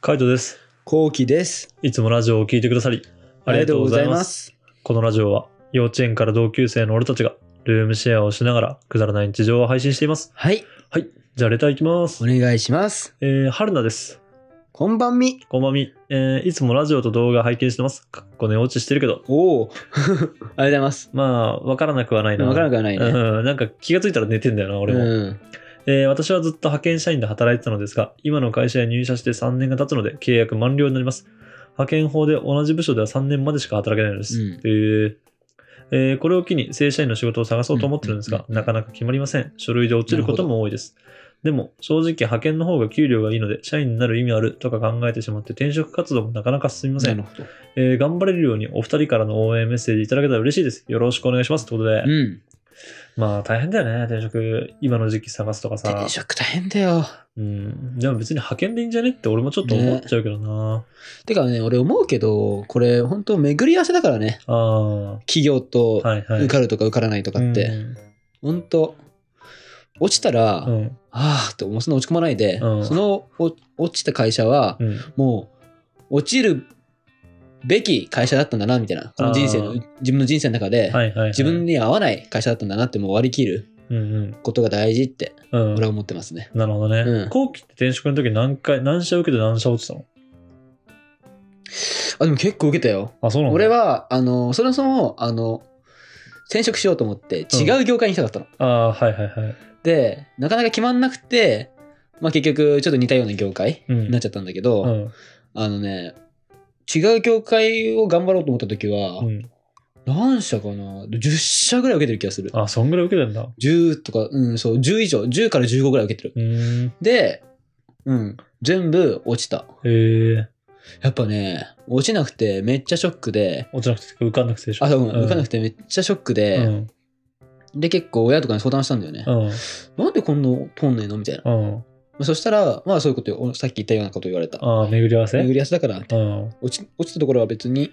カイトです。こうきです。いつもラジオを聞いてくださり、ありがとうございます。す。このラジオは、幼稚園から同級生の俺たちが、ルームシェアをしながら、くだらない日常を配信しています。はい、じゃあ、レターいきますお。願いします。えー、春菜です。こんばんみ。こんばんみ。えー、いつもラジオと動画拝見してます。かっこ寝落ちしてるけど。おお、 ありがとうございます。まあ、わからなくはないな。わからなくはないね。うん、なんか気がついたら寝てんだよな、俺も。うん。えー私はずっと派遣社員で働いてたのですが、今の会社へ入社して3年が経つので契約満了になります。派遣法で同じ部署では3年までしか働けないのです。うんえーえーこれを機に正社員の仕事を探そうと思ってるんですが、うんうんうんなかなか決まりません。書類で落ちることも多いです。でも、正直派遣の方が給料がいいので、社員になる意味あるとか考えてしまって、転職活動もなかなか進みませなんる。ほど。えー頑張れるようにお二人からの応援メッセージいただけたら嬉しいです。よろしくお願いします。ということで、うん。まあ大変だよね、転職。今の時期探すとかさ。転職大変だよ。うん、でも別に派遣でいいんじゃねって俺もちょっと思っちゃうけどな。てかね、俺思うけど、これ本当巡り合わせだからね。ああ、は企業といはい。受かるとか受からないとかって。本当落ちたら、うん。あうん。あーってもうそんな落ち込まないで、うんそのお落ちた会社は、うんもう落ちるべき会社だったんだなみたいなこの人生あのー自分の人生の中で、はいはい、はい。自分に合わない会社だったんだなってもう割り切るうんことが大事ってうん。う俺はん。思ってますね、なるほどね。うん後期って転職の時何回、何社受けて何社落ちたのあでも結構受けたよ、あ、そうなんだ。俺。はあのそもそもあの転職しようと思って違う業界にしたかったの、ああ、はいはいはい。でなかなか決まんなくて、まあ、結局ちょっと似たような業界うんになっちゃったんだけど、うん。あのね違う業界を頑張ろうと思った時は、うん。何社かな10社ぐらい受けてる気がするあ、そんぐらい受けてんだ。う10とか、うん、そう、10以上、10から15ぐらい受けてる。ーん。で、うん、全部落ちた。へえ。やっぱね、落ちなくてめっちゃショックで、落ちなくて、受かんなくてでしょ。あ、そう、受かんなくて。てめっちゃショックうで、ん。で、結構親とかに相談したんだよねう。ん。なんでこんな通んねえのみたいな。うん。まあそしたら、まあそういうことよ、さっき言ったようなこと言われた。ああ、巡り合わせ巡り合わせだから、うん。落ち落ちたところは別に、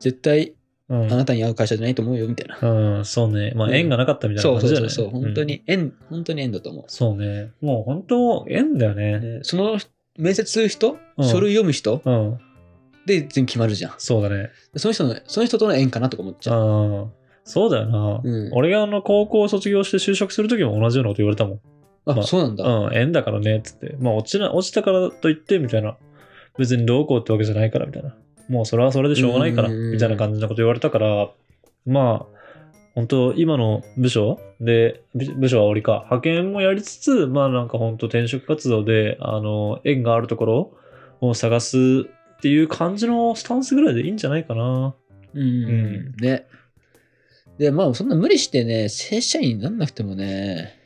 絶対う。あなんたに合う会社じゃないと思うよ、みたいな。うん、そうね。まあ、縁がなかったみたいなそう感じそだうよそね。うそう、本当に縁、本当に縁だと思そうね。もう本当、縁だよう。ね。でその面接する人、うん書類読む人うん。で全然決まるじゃん。そうだね。その人の、その人との縁かなとか思っちゃう。うん。そうだよな。うん俺があの、高校を卒業して就職するときも同じようなこと言われたもん。あ、まあそうなんだ。うん、縁だからね、つって。まあ、落ちな、落ちたからといって、みたいな。別にどうこうってわけじゃないから、みたいな。もうそれはそれでしょうがないから、うんうんうんみたいな感じのこと言われたから、まあ、本当今の部署で、部部署は俺か、派遣もやりつつ、まあなんか本当転職活動で、あの、縁があるところを探すっていう感じのスタンスぐらいでいいんじゃないかな。うんうね。で、まあ、そんな無理してね、正社員になんなくてもね、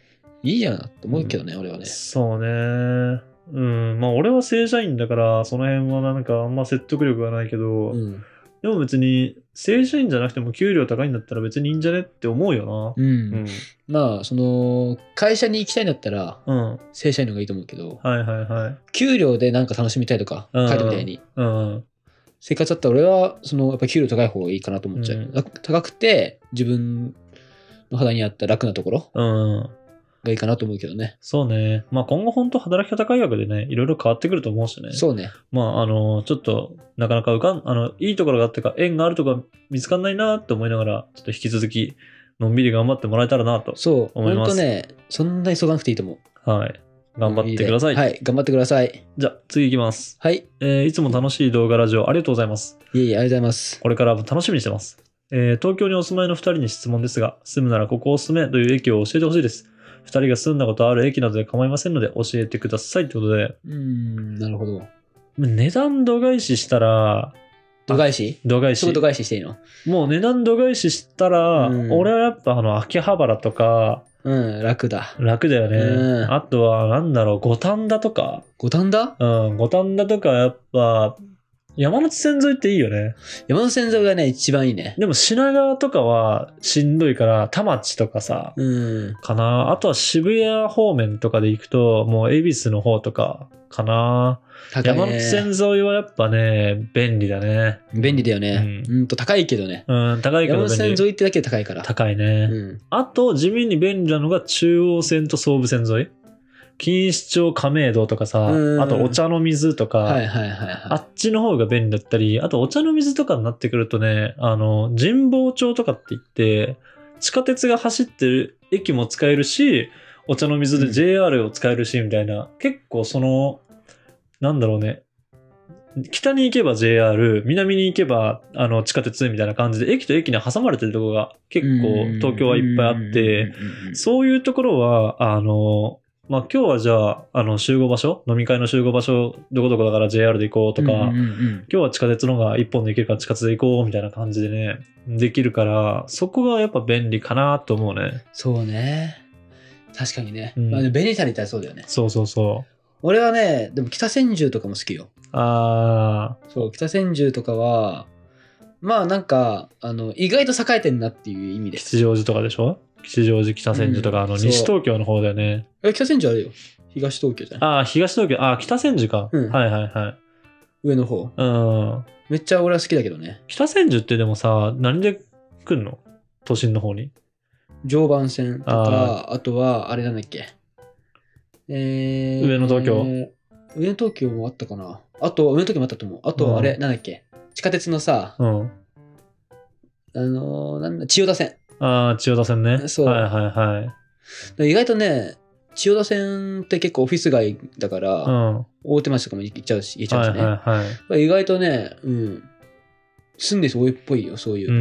いいやなと思うけどね、俺はね。そうね。うん、まあ俺は正社員だから、その辺はなんかあんま説得力がないけど、うん。でも別に正社員じゃなくても給料高いんだったら別にいいんじゃねって思うようん。な。うん。まあ、その、会社に行きたいんだったら、うん。はい正社員の方がいいと思うけど、はいはい。給料でなんか楽しみたいとか、うん彼みたいに。うん。生活だったら俺は、その、やっぱ給料高い方がいいかなと思っちゃう。うんだ高くて、自分の肌に合った楽なところうん。がいいかなと思うけどね。そうね。まあ今後本当働き方改革でね、いろいろ変わってくると思うしね。そうね。まああの、ちょっとなかなか浮かん、あの、いいところがあってか、縁があるとか見つかんないなって思いながら、ちょっと引き続き、のんびり頑張ってもらえたらなと。そう。思い本ます当ね、そんな急がなくていいと思う。はい。頑張ってください。はい、頑張ってください。じゃあ次行きます。はい。えーいつも楽しい動画ラジオありがとうございます。いえいえ、ありがとうございます。これからも楽しみにしてます。えー東京にお住まいの2人に質問ですが、住むならここを住めという駅を教えてほしいです。2人が住んだことある駅などで構いませんので教えてくださいってことで、うーん、なるほど。値段度外視したら、度外視度外仕視事。外視していいのもう値段度外視したら、うん俺はやっぱあの、秋葉原とか、うん、楽だ。楽だよね。うんあとは、なんだろう、五反田とか。五反田うん、五反田とかやっぱ、山手線沿いっていいよね。山の線沿いがね、一番いいね。でも品川とかはしんどいから、田町とかさ、うん。かな。あとは渋谷方面とかで行くと、もう恵比寿の方とかかな。高い山ね手。線沿いはやっぱね、便利だね。便利だよね。ううんと、高いけどね。うん、高いけど山手線便利。沿いってだけで高いから。高いね。うん。あと、地味に便利なのが中央線と総武線沿い。錦糸町亀戸とかさ、うんあとお茶の水とか、はいはいはいあはっちの方が便利だったり、あとお茶の水とかになってくるとね、あの、神保町とかって言って、地下鉄が走ってる駅も使えるし、お茶の水うでん JR を使えるし、みたいな、結構その、なんだろうね、北に行けば JR、南に行けばあの地下鉄みたいな感じで、駅と駅に挟まれてるところがい。結構東京はいっぱいあって、うんうんうんうん、そういうところは、あの、まあ、今日はじゃあ、あの、集合場所、飲み会の集合場所、どこどこだから JR で行こうとか、うんうん今うん日は地下鉄の方が一本で行けるから地下鉄で行こうみたいな感じでね、できるから、そこがやっぱ便利かなと思うね。そうね。確かにね。うんまあ、ベネタに対そうだよね。そうそうそ俺はね、でも北千住とかも好きよ。う。あそう、北千住とかは、まあなんか、あの、意外と栄えてんなっていう意味ー、で吉す。祥寺とかでしょ吉祥寺、北千住とか、うんあの、そう西東京の方だよね。え北千住あるよ。東東京じゃないああ、東東京、ああ、北千住か、うんはいはいはい。上の方。うん。めっちゃ俺は好きだけどね。北千住ってでもさ、何で来んの都心の方に。常磐線とか、あとは、あれなんだっけ。えー、上野東京えー上野東京もあったかな。あと、上野東京もあったと思う。あと、あれ、うんなんだっけ。地下鉄のさ、うん。あのーなんだ、千代田線。ああ、千代田線ね。そうはいはいはい。意外とね、千代田線って結構オフィス街だから、うん。大手町とかも行っちゃうし、行っちゃうはいしはね。いはい。意外とね、うん。住んでる人多いっぽいよ、そういうう。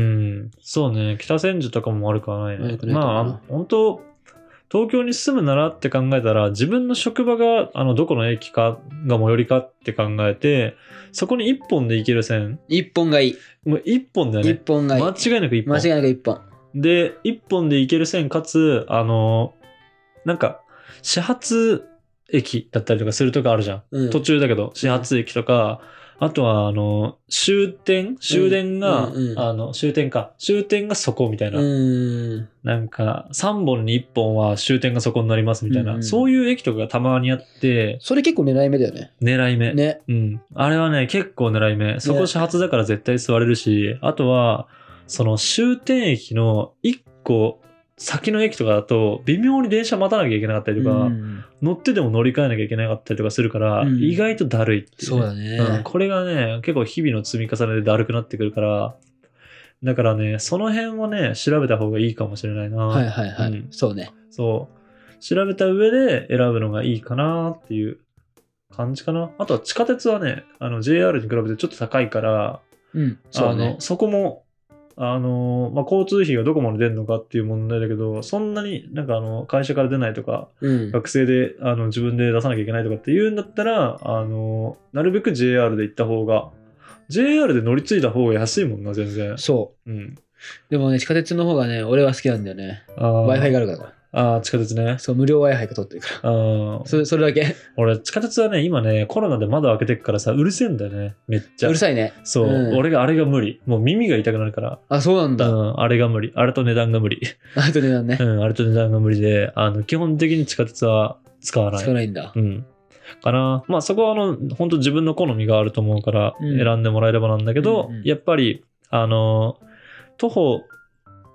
ん。そうね。北千住とかも悪くはないね悪。くないと思うまあ、本当東京に住むならって考えたら、自分の職場が、あの、どこの駅かが最寄りかって考えて、そこに一本で行ける線、一本がいい。もう一本だよ一ね。本がいい。間違いなく一間本。違いなく一本。で、一本で行ける線、かつ、あの、なんか、始発駅だったりとかするとこあるじゃん。うん途中だけど始発駅とか、あとはあの終点終点が、うんうんあの終点か終点がそこみたいな、うん。なんか3本に1本は終点がそこになりますみたいな、うんうんそういう駅とかがたまにあってそれ結構狙い目だよね。狙い目、ね。うん、あれはね結構狙い目そこ始発だから絶対座れるし、あとはその終点駅の1個先の駅とかだと微妙に電車待たなきゃいけなかったりとか、うん乗ってでも乗り換えなきゃいけなかったりとかするから、うん意外とだるいっていうねそうだうん、ね。これがね結構日々の積み重ねでだるくなってくるからだからねその辺をね調べた方がいいかもしれないな、はいはいはういん。そうね。そう調べた上で選ぶのがいいかなっていう感じかなあとは地下鉄はねあの JR に比べてちょっと高いからうん。そあうねの。そこもあの、まあ、交通費がどこまで出るのかっていう問題だけどそんなになんかあの会社から出ないとかうん。学生であの自分で出さなきゃいけないとかって言うんだったらあのなるべく JR で行った方が JR で乗り継いだ方が安いもんな全然、そうん、う。でもね、地下鉄の方がね、俺は好きなんだよね。あが Wi-Fi があるから。あー地下鉄ねそう、無料 Wi-Fi が取ってるから。あーそれそれだけ。俺地下鉄はね今ねコロナで窓開けてくからさうるせえんだよねめっちゃうるさいね。そう、うん俺があれが無理もう耳が痛くなるからあ、そうなんうだ。ん、あれが無理。あれと値段が無理。あと値段ねう。ん、あれと値段が無理で、あの、基本的に地下鉄は使わない。少ないんだう。ん。かな。まあそこはあの、本当自分の好みがあると思うから、うん選んでもらえればなんだけど、うんうんやっぱり、あの、徒歩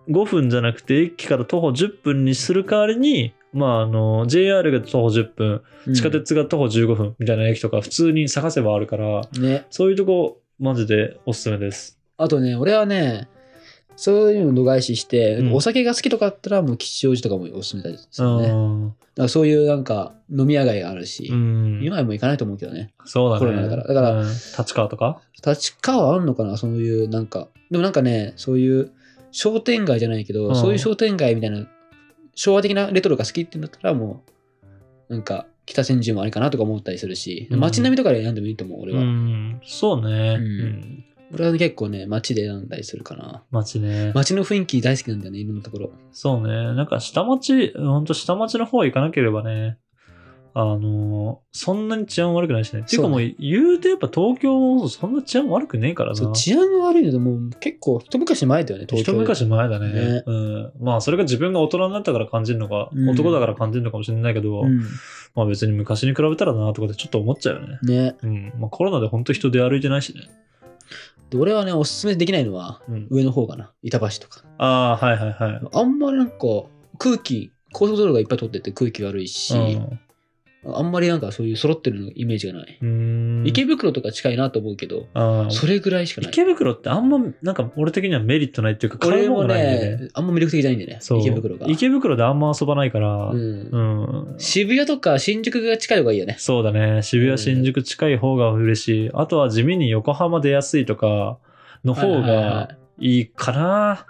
5分じゃなくて、駅から徒歩10分にする代わりに、まああの、JR が徒歩10分、うん地下。鉄が徒歩15分みたいな駅とか普通に探せばあるから、ね。そういうとこ、マジでおすすめです。あとね、俺はね、そういうの度外視して、うんお酒が好きとかだったら、もう吉祥寺とかもおすすめだですうよね。だかん。らそういうなんか飲み屋街があるし、うん今はもう行かないと思うけどね。そうだね。コロナだからだからうん立川とか立川あんのかなそういうなんか、でもなんかね、そういう商店街じゃないけど、うんそういう商店街みたいな、昭和的なレトロが好きってんだったら、もう、なんか北千住もあれかなとか思ったりするし、うん街並みとかで選んでもいいと思う、俺うは。ん。そうね。ううんん。俺は結構ね、街で選んだりするかな。街ね。街の雰囲気大好きなんだよね、いろんなところ。そうね。なんか下町、ほんと下町の方行かなければね、あのーそんなに治安悪くないしね。っていうかもそう言うてやっぱ東京もそんな治安悪くねえからな。そう治安が悪いのでもう結構一昔前だよね東京一昔前だねねうん。まあそれが自分が大人になったから感じるのか、うん男だから感じるのかもしれないけど、うんまあ別に昔に比べたらなとかってちょっと思っちゃうよね。ねうん。まあコロナで本当人出歩いてないしね。で俺はねおすすめできないのはうん。上の方かな板橋とかああ、はいはいはい。あんまりなんか空気高速道路がいっぱい通ってて空気悪いし、うんあんまりなんかそういう揃ってるイメージがない。うーん。池袋とか近いなと思うけど、あーそれぐらいしかない。池袋ってあんま、なんか俺的にはメリットないっていうか、こ買いれ物もがないんだよね。ね、あんま魅力的じゃないんだよね、そう池袋が。池袋であんま遊ばないから、ううん。ん渋谷とか新宿が近い方がいいよね。そうだね。渋うん谷、新宿近い方が嬉しい。あとは地味に横浜出やすいとかの方はいはいはがいいいかな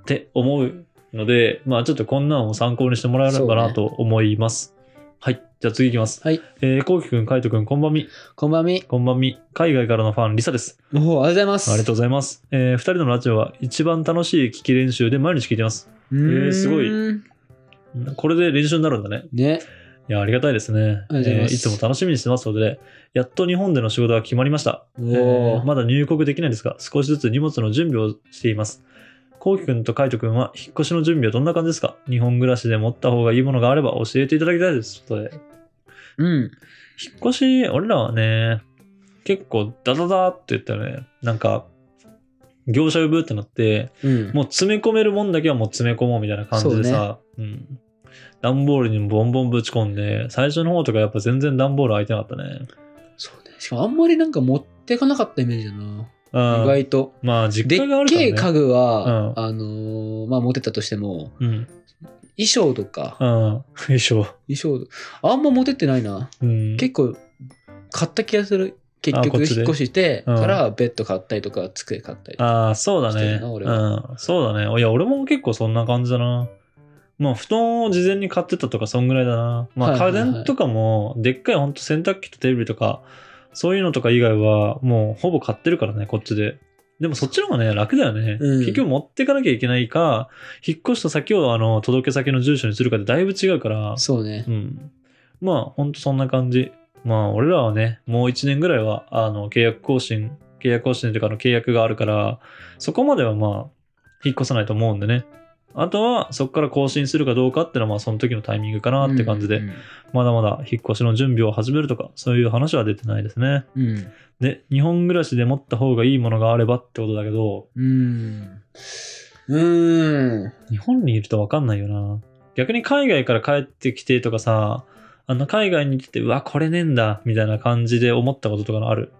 って思うので、まあちょっとこんなのを参考にしてもらえればなと思います。はい。じゃあ次いきます。はい。えー、こうきくん、かいとくん、こんばんみ。こんばんみ。こんばんみ。海外からのファン、リサです。おーありがとうございます。ありがとうございます。えー、二人のラジオは一番楽しい聞き練習で毎日聞いてます。うーんえーすごいこれで練習になるんだね。ね。いや、ありがたいですね。ありがとうございますえーいつも楽しみにしてますので、やっと日本での仕事が決まりました。おえーーまだ入国できないですが、少しずつ荷物の準備をしています。こうきくんとカイトくんは引っ越しの準備はどんな感じですか日本暮らしで持った方がいいものがあれば教えていただきたいです。ということでうん。引っ越し、俺らはね、結構ダダダって言ったよね。なんか、業者呼ぶってなって、うん。もう詰め込めるもんだけはもう詰め込もうみたいな感じでさ、うん。段ボールにもボンボンぶち込んで、最初の方とかやっぱ全然段ボール開いてなかったね。そうね。しかもあんまりなんか持ってかなかったイメージだな。うん意外と。まあで実っ家があるけから、ね。え家具は、うあのーまあ、持てたとしても、うん。衣装とか、うん。よいしょ。衣装、あんま持てってないな。うん。結構、買った気がする。結あこっ局、引ちでっ越してうんから、ベッド買ったりとか、机買ったりとか。ああ、そうだしてねる。な俺うん。そうだね。いや、俺も結構そんな感じだな。まあ、布団を事前に買ってたとか、そんぐらいだな。まはあ、いは家いはい電とかも、でっかいほんと洗濯機とテレビとか、そういうのとか以外は、もうほぼ買ってるからね、こっちで。でもそっちの方がね、楽だよね。うん結局持ってかなきゃいけないか、引っ越した先をあの届け先の住所にするかでだいぶ違うから、そうねう。ん。まあ、ほんとそんな感じ。まあ、俺らはね、もう1年ぐらいは、あの、契約更新、契約更新というか、あの、契約があるから、そこまではまあ、引っ越さないと思うんでね。あとは、そこから更新するかどうかってのは、まあ、その時のタイミングかなって感じで、うんまだまだ引っ越しの準備を始めるとか、そういう話は出てないですね。うん。で、日本暮らしで持った方がいいものがあればってことだけど、うん。うん。うん日本にいると分かんないよな。逆に海外から帰ってきてとかさ、あの海外に来て、うわ、これねえんだ、みたいな感じで思ったこととかのある。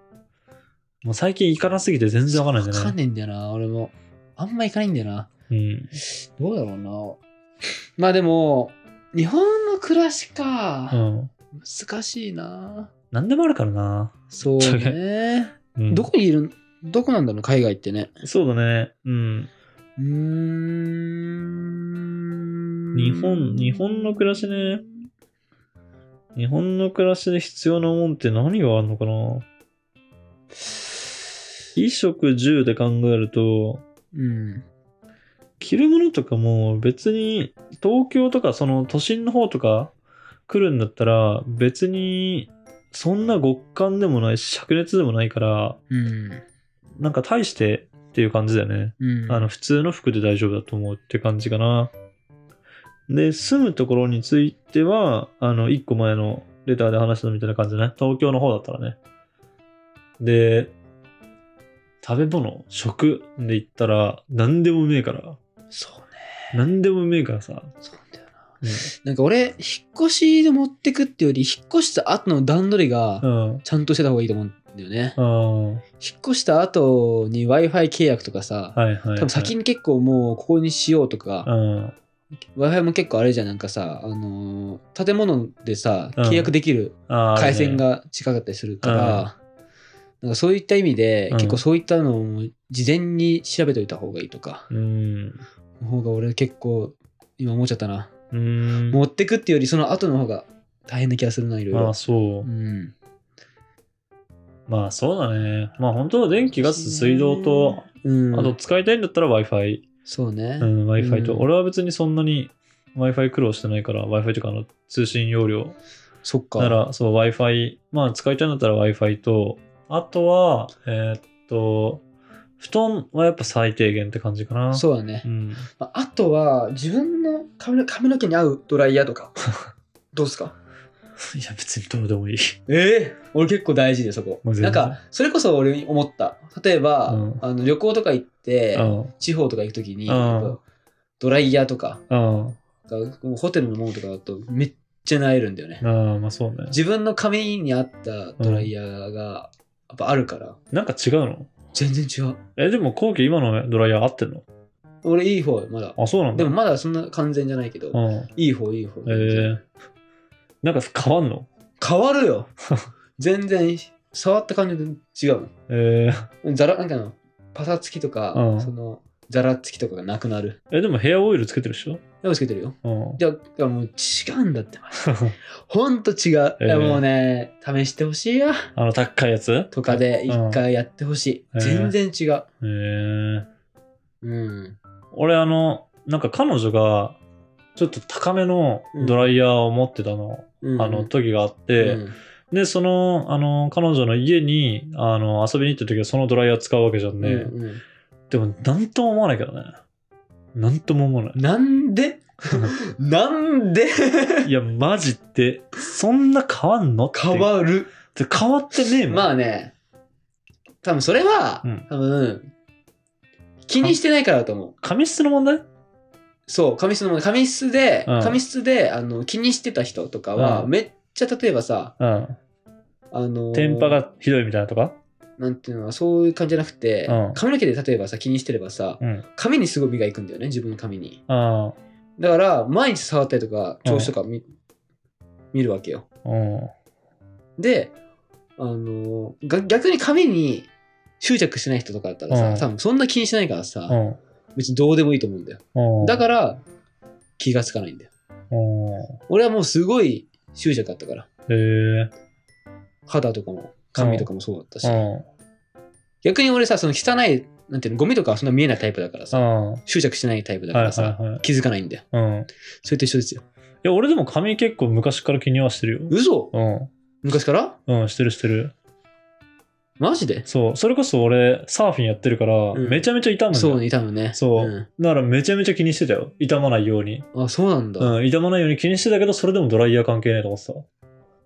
もう最近行かなすぎて全然分かんないんだわよかんね。ねえんだよな、俺も。あんま行かないんだよな。うん。どうだろうな。まあでも、日本の暮らしか。うん。難しいな。なんでもあるからな。そうね。うん、どこにいるどこなんだろう、海外ってね。そうだね。うん。うーん。日本、日本の暮らしね。日本の暮らしで必要なもんって何があるのかな衣食住で考えると、うん。着るものとかも別に東京とかその都心の方とか来るんだったら別にそんな極寒でもないし灼熱でもないからうん。なんか大してっていう感じだよね、うん。あの普通の服で大丈夫だと思うって感じかなで住むところについてはあの1個前のレターで話したみたいな感じだね東京の方だったらねで食べ物食で言ったら何でもうめえからそうね。何でもうめえからさ、そうなんだよな。うんなんか俺、引っ越しで持ってくってより、引っ越した後の段取りが、うんちゃんとしてた方がいいと思うんだよね。うん引っ越した後に Wi-Fi 契約とかさ、はいはい、はい、多分先に結構もうここにしようとうか、ん Wi-Fi も結構あれじゃん、なんかさ、あのー建物でさ、うん契約できるあー回線が近かったりするから、なんかそういった意味で、うん結構そういったのを事前に調べておいた方がいいとか、あるねの方が俺結構今思っちゃったな。うんうん持ってくっていうよりその後の方が大変な気がするな、いろいまろ。あ。そううんまあそうだねまあ本当は電気ガス水道と、うん、あと使いたいんだったら w i f i そうね。うん w i f i と、うん俺は別にそんなに w i f i 苦労してないから w i f i とかの通信容量そっか。ならそう w i f i まあ使いたいんだったら w i f i とあとはえーっと布団はやっぱ最低限って感じかなそうだねう、んまあ。あとは、自分の髪の髪の毛に合うドライヤーとか、 どうですかいや、別にどうでもいい。ええ俺結構大事でそこ。もう全な然んか、それこそ俺思った。例えば、うんあの旅行とか行って、うん。地方とか行くときに、うんやっぱドライヤーとか、うん。ホテルのものとかだとめっちゃなえるんだよね。ああ、まあそうね。自分の髪に合ったドライヤーがやっぱあるから、なんか違うの全然違う。え、でも後期今のドライヤー合ってんの俺いい方よ、まだ。あ、そうなんだ。でもまだそんな完全じゃないけど、うん。いい方いい方。えー、なんか変わんの変わるよ全然触った感じと違うえー、もんザラなんかのパサつきとか、うんそのザラつきとかがなくなるえ、でもヘアオイルつけてるでしょでもつけてるようん。じゃあもう違うん だってマジでほんと違う、えーいやもうね試してほしいやあの、高いやつとかでうん一回やってほしい、えー全然違うえー、うん俺あの、なんか彼女が、ちょっと高めのドライヤーを持ってたの、うんあの時があって、うんで、その、あの、彼女の家に、あの、遊びに行った時はそのドライヤー使うわけじゃんね。うんうんでも、なんとも思わないけどね。なんとも思わない。な んでなんでいや、マジって、そんな変わんのって変わるって変わってねえもん。まあね多分それは、うん多分気にしてないからだと思う髪質の問題そう、紙質のもの、紙質で、うん紙質で、あの、気にしてた人とかは、うんめっちゃ例えばさ、うん。あのーテンパがひどいみたいなとかなんていうのは、そういう感じじゃなくて、うん髪の毛で例えばさ、気にしてればさ、うん。髪にすごい身がいくんだよね、自分の髪に。あだから、毎日触ったりとか、調子とか見,、見るわけよ。あ。うん。で、あのーが逆に髪に執着してない人とかだったらさ、うん多分そんな気にしないからさ、うん別にどうでもいいと思うんだよ。うん。、だからら、気がつかないんだよ。うん。俺はもうすごい執着あったから。へえ肌とかも髪とかもそうだったし、うん。逆に俺さその汚いなんていうのゴミとかはそんな見えないタイプだからうさ、ん。はい執着しないタイプだかはらさ、いはい。気づかないんだようん。いそれと一緒ですよや、俺でも髪結構昔から気にはしてるよ。嘘うん。昔からうん、してるしてる。マジでそう。それこそ俺、サーフィンやってるから、うんめちゃめちゃ痛むんだよ。そうね多分ねそううんだからめちゃめちゃ気にしてたよ。痛まないように。あそうなんだ、うん、痛まないように気にしてたけど、それでもドライヤー関係ないと思ってた。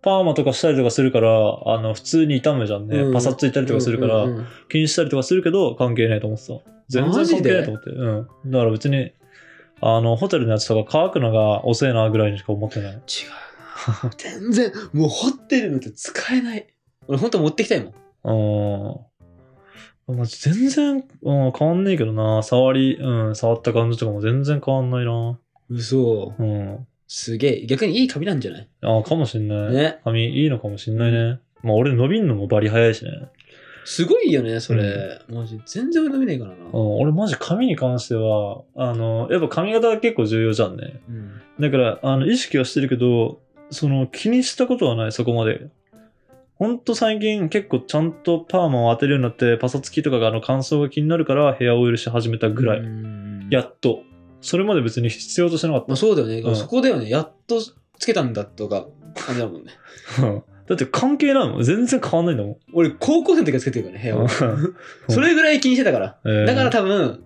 パーマとかしたりとかするから、あの、普通に痛むじゃんね。うんパサついたりとかするから、うんうんうん気にしたりとかするけど、関係ないと思ってた。全然マジ関係でないと思って。うん。だから別に、あの、ホテルのやつとか乾くのが遅いなぐらいにしか思ってない。違うな全然もうホテルなんて使えない俺ほんと持ってきたいもんうん。まあ、全然、うん、変わんねえけどな。触り、うん、触った感じとかも全然変わんないな。嘘うん。すげえ逆にいい髪なんじゃないああ、かもしんない。ね髪いいのかもしんないね。まあ、俺伸びんのもバリ早いしね。すごいよねそれ、マジ全然伸びないからな、うん、俺マジ髪に関しては、あの、やっぱ髪型が結構重要じゃんね。うんだから、あの、意識はしてるけど、その、気にしたことはない、そこまで。ほんと最近結構ちゃんとパーマを当てるようになって、パサつきとかがあの乾燥が気になるからヘアオイルし始めたぐらい。うんやっと。それまで別に必要としてなかっまあ、そうだよね、うんそこだよねやっとつけたんだとか感じだもんねた。うんだって関係ないもん。全然変わんないんだもん。 俺高校生の時からつけてるからね部屋を それぐらい気にしてたから、えーだから多分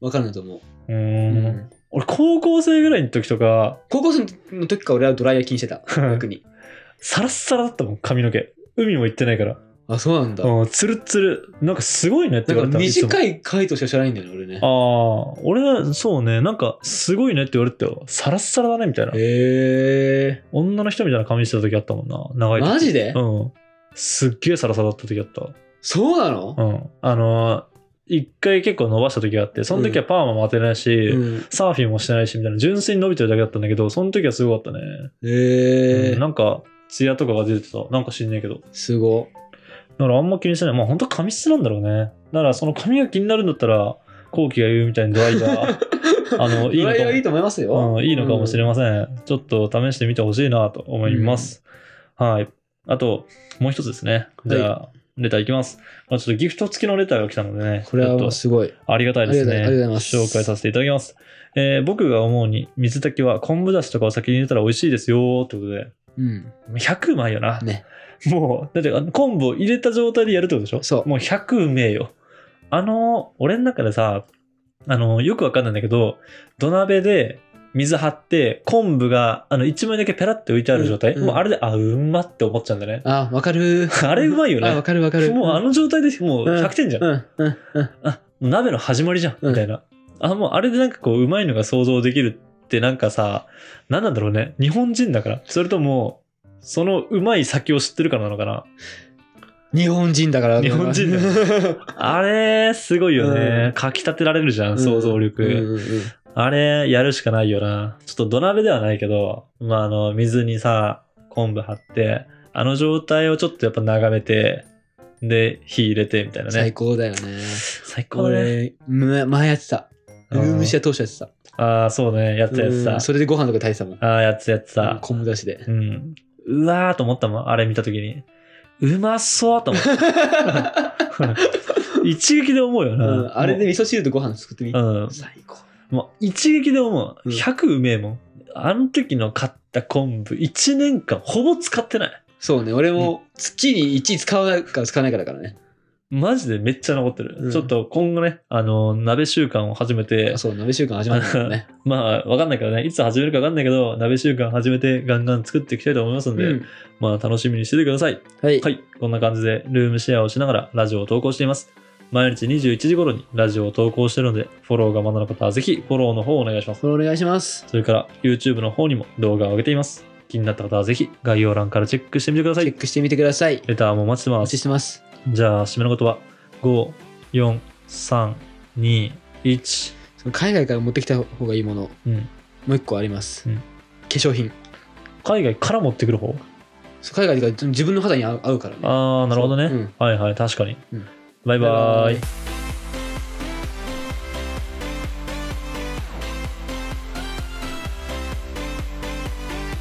分かるんだと思う、う。うん俺高校生ぐらいの時とか、高校生の時から俺はドライヤー気にしてた逆にサラッサラだったもん、髪の毛。海も行ってないから。あそうなんだ、うん、ツルッツル。なんかすごいねって言われたなんかいつも短い回答しか知らないんだよね俺ねああ、俺はそうね、なんかすごいねって言われてたよ。サラッサラだねみたいな。へえ女の人みたいな髪してた時あったもんな。長い時。マジで、うん。すっげえサラサラだった時あった。そうなの、うん。あのー一回結構伸ばした時があって、その時はパーマも当てないし、うんサーフィンもしてないしみたいな、純粋に伸びてるだけだったんだけど、その時はすごかったね。へえ、うんなんか、ツヤとかが出てた。なんか知んねえけど。すごだからあんま気にしてない。まあ本当髪質なんだろうね。だからその髪が気になるんだったら、後期が言うみたいにドライヤー、 あの、いいドのライヤーいいかと思いますよ、も、うん、いいのかもしれい、ません。ちょっと試してみてほしいなと思います。はい。あと、もう一つですね。じゃあ、レターいきます。まあちょっとギフト付きのレターが来たのでね。これちはもょうっとすごいありがたいですね。ありがたいありがとうございます紹介させていただきます。えー僕が思うに、水炊きは昆布だしとかを先に入れたら美味しいですよ、ということで。うん100うまいよな。ねもう、だってあの昆布を入れた状態でやるってことでしょそうもう100うめえよ。あの、俺の中でさ、あの、よくわかんないんだけど、土鍋で水張って、昆布が、あの、一枚だけペラって浮いてある状態。うんうんもうあれで、あ、うんまって思っちゃうんだね。あわかるあれうまいよねあわかるわかるもうあの状態でもううん100点じゃん。うんうんうんあ、もう鍋の始まりじゃん、うんみたいな。あ、もうあれでなんかこう、うまいのが想像できるってなんかさ、何なんだろうね。日本人だから。それとも、そのうまい先を知ってるからなのかな。日本人だから日本人だあれ、すごいよね。うんかき立てられるじゃん、想像力。うんうんうんあれ、やるしかないよな。ちょっと土鍋ではないけど、まあ、あの、水にさ、昆布張って、あの状態をちょっとやっぱ眺めて、で、火入れてみたいな最ね。高だよね最高だね。俺む前やってたうルんームシェア当初やってたああ、そうね。やってたやってうたん。それでご飯とか炊いてたもんああ、やってたやってた。昆布だしでうん。うわーと思ったもん、あれ見たときに。うまそう と思った。一撃で思 うような。んあれでも味噌汁とご飯作ってみう、うん。最高もう一撃で思う。うん100うめえもん。あの時の買った昆布、1年間ほぼ使ってない。そうね俺も月に1使うか使わないかだからねマジでめっちゃ残ってる。うんちょっと今後ね、あの、鍋習慣を始めてあ、そう鍋習慣始まったから ねまあ、わかんないからね、いつ始めるかわかんないけど、鍋習慣始めてガンガン作っていきたいと思いますんで、うんまあ、楽しみにしててください。はいはい、こんな感じでルームシェアをしながらラジオを投稿しています。毎日21時頃にラジオを投稿してるので、フォローがまだの方はぜひフォローの方をお願いします。これお願いしますそれから YouTube の方にも動画を上げています。気になった方はぜひ概要欄からチェックしてみてくださチェいッ。クしてみてくださいレターもお待ちしてまおす待ち。してますじゃあ、締めの言葉。5、4、3、2、1。その海外から持ってきた方がいいものうん。もう一個あります、うん化粧品海外から持ってくる方そう海外というか自分の肌に合う合うからねああ、なるほどね。そううんはいはい、確かに。うんバイバーイ。イ